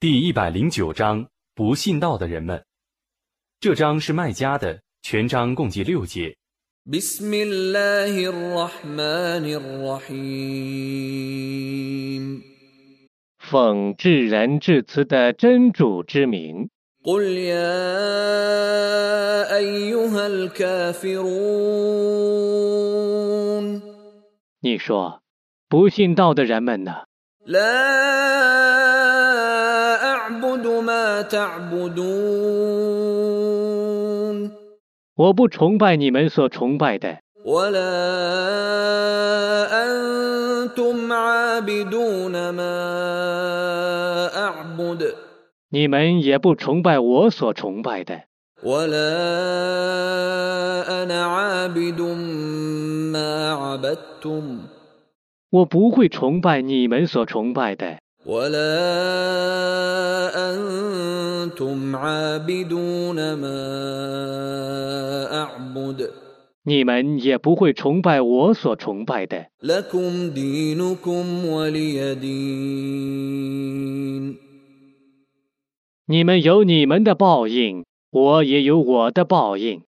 第一百零九章，不信道的人们。这章是卖家的，全章共计六节。 بسم الله الرحمن الرحيم 奉至仁至慈的真主之名， قل يا أيها الكافرون 你说，不信道的人们呢？ لا أعبد ما تعبدون 我不崇拜你们所崇拜的， ولا أنتم عابدون ما أعبد 你们也不崇拜我所崇拜的， ولا أنا عابد ما عبدتم 我不会崇拜你们所崇拜的， ولا أنتم عابدون ما أعبد 你们也不会崇拜我所崇拜的。 لكم دينكم ولي دين 你们有你们的报应，我也有我的报应。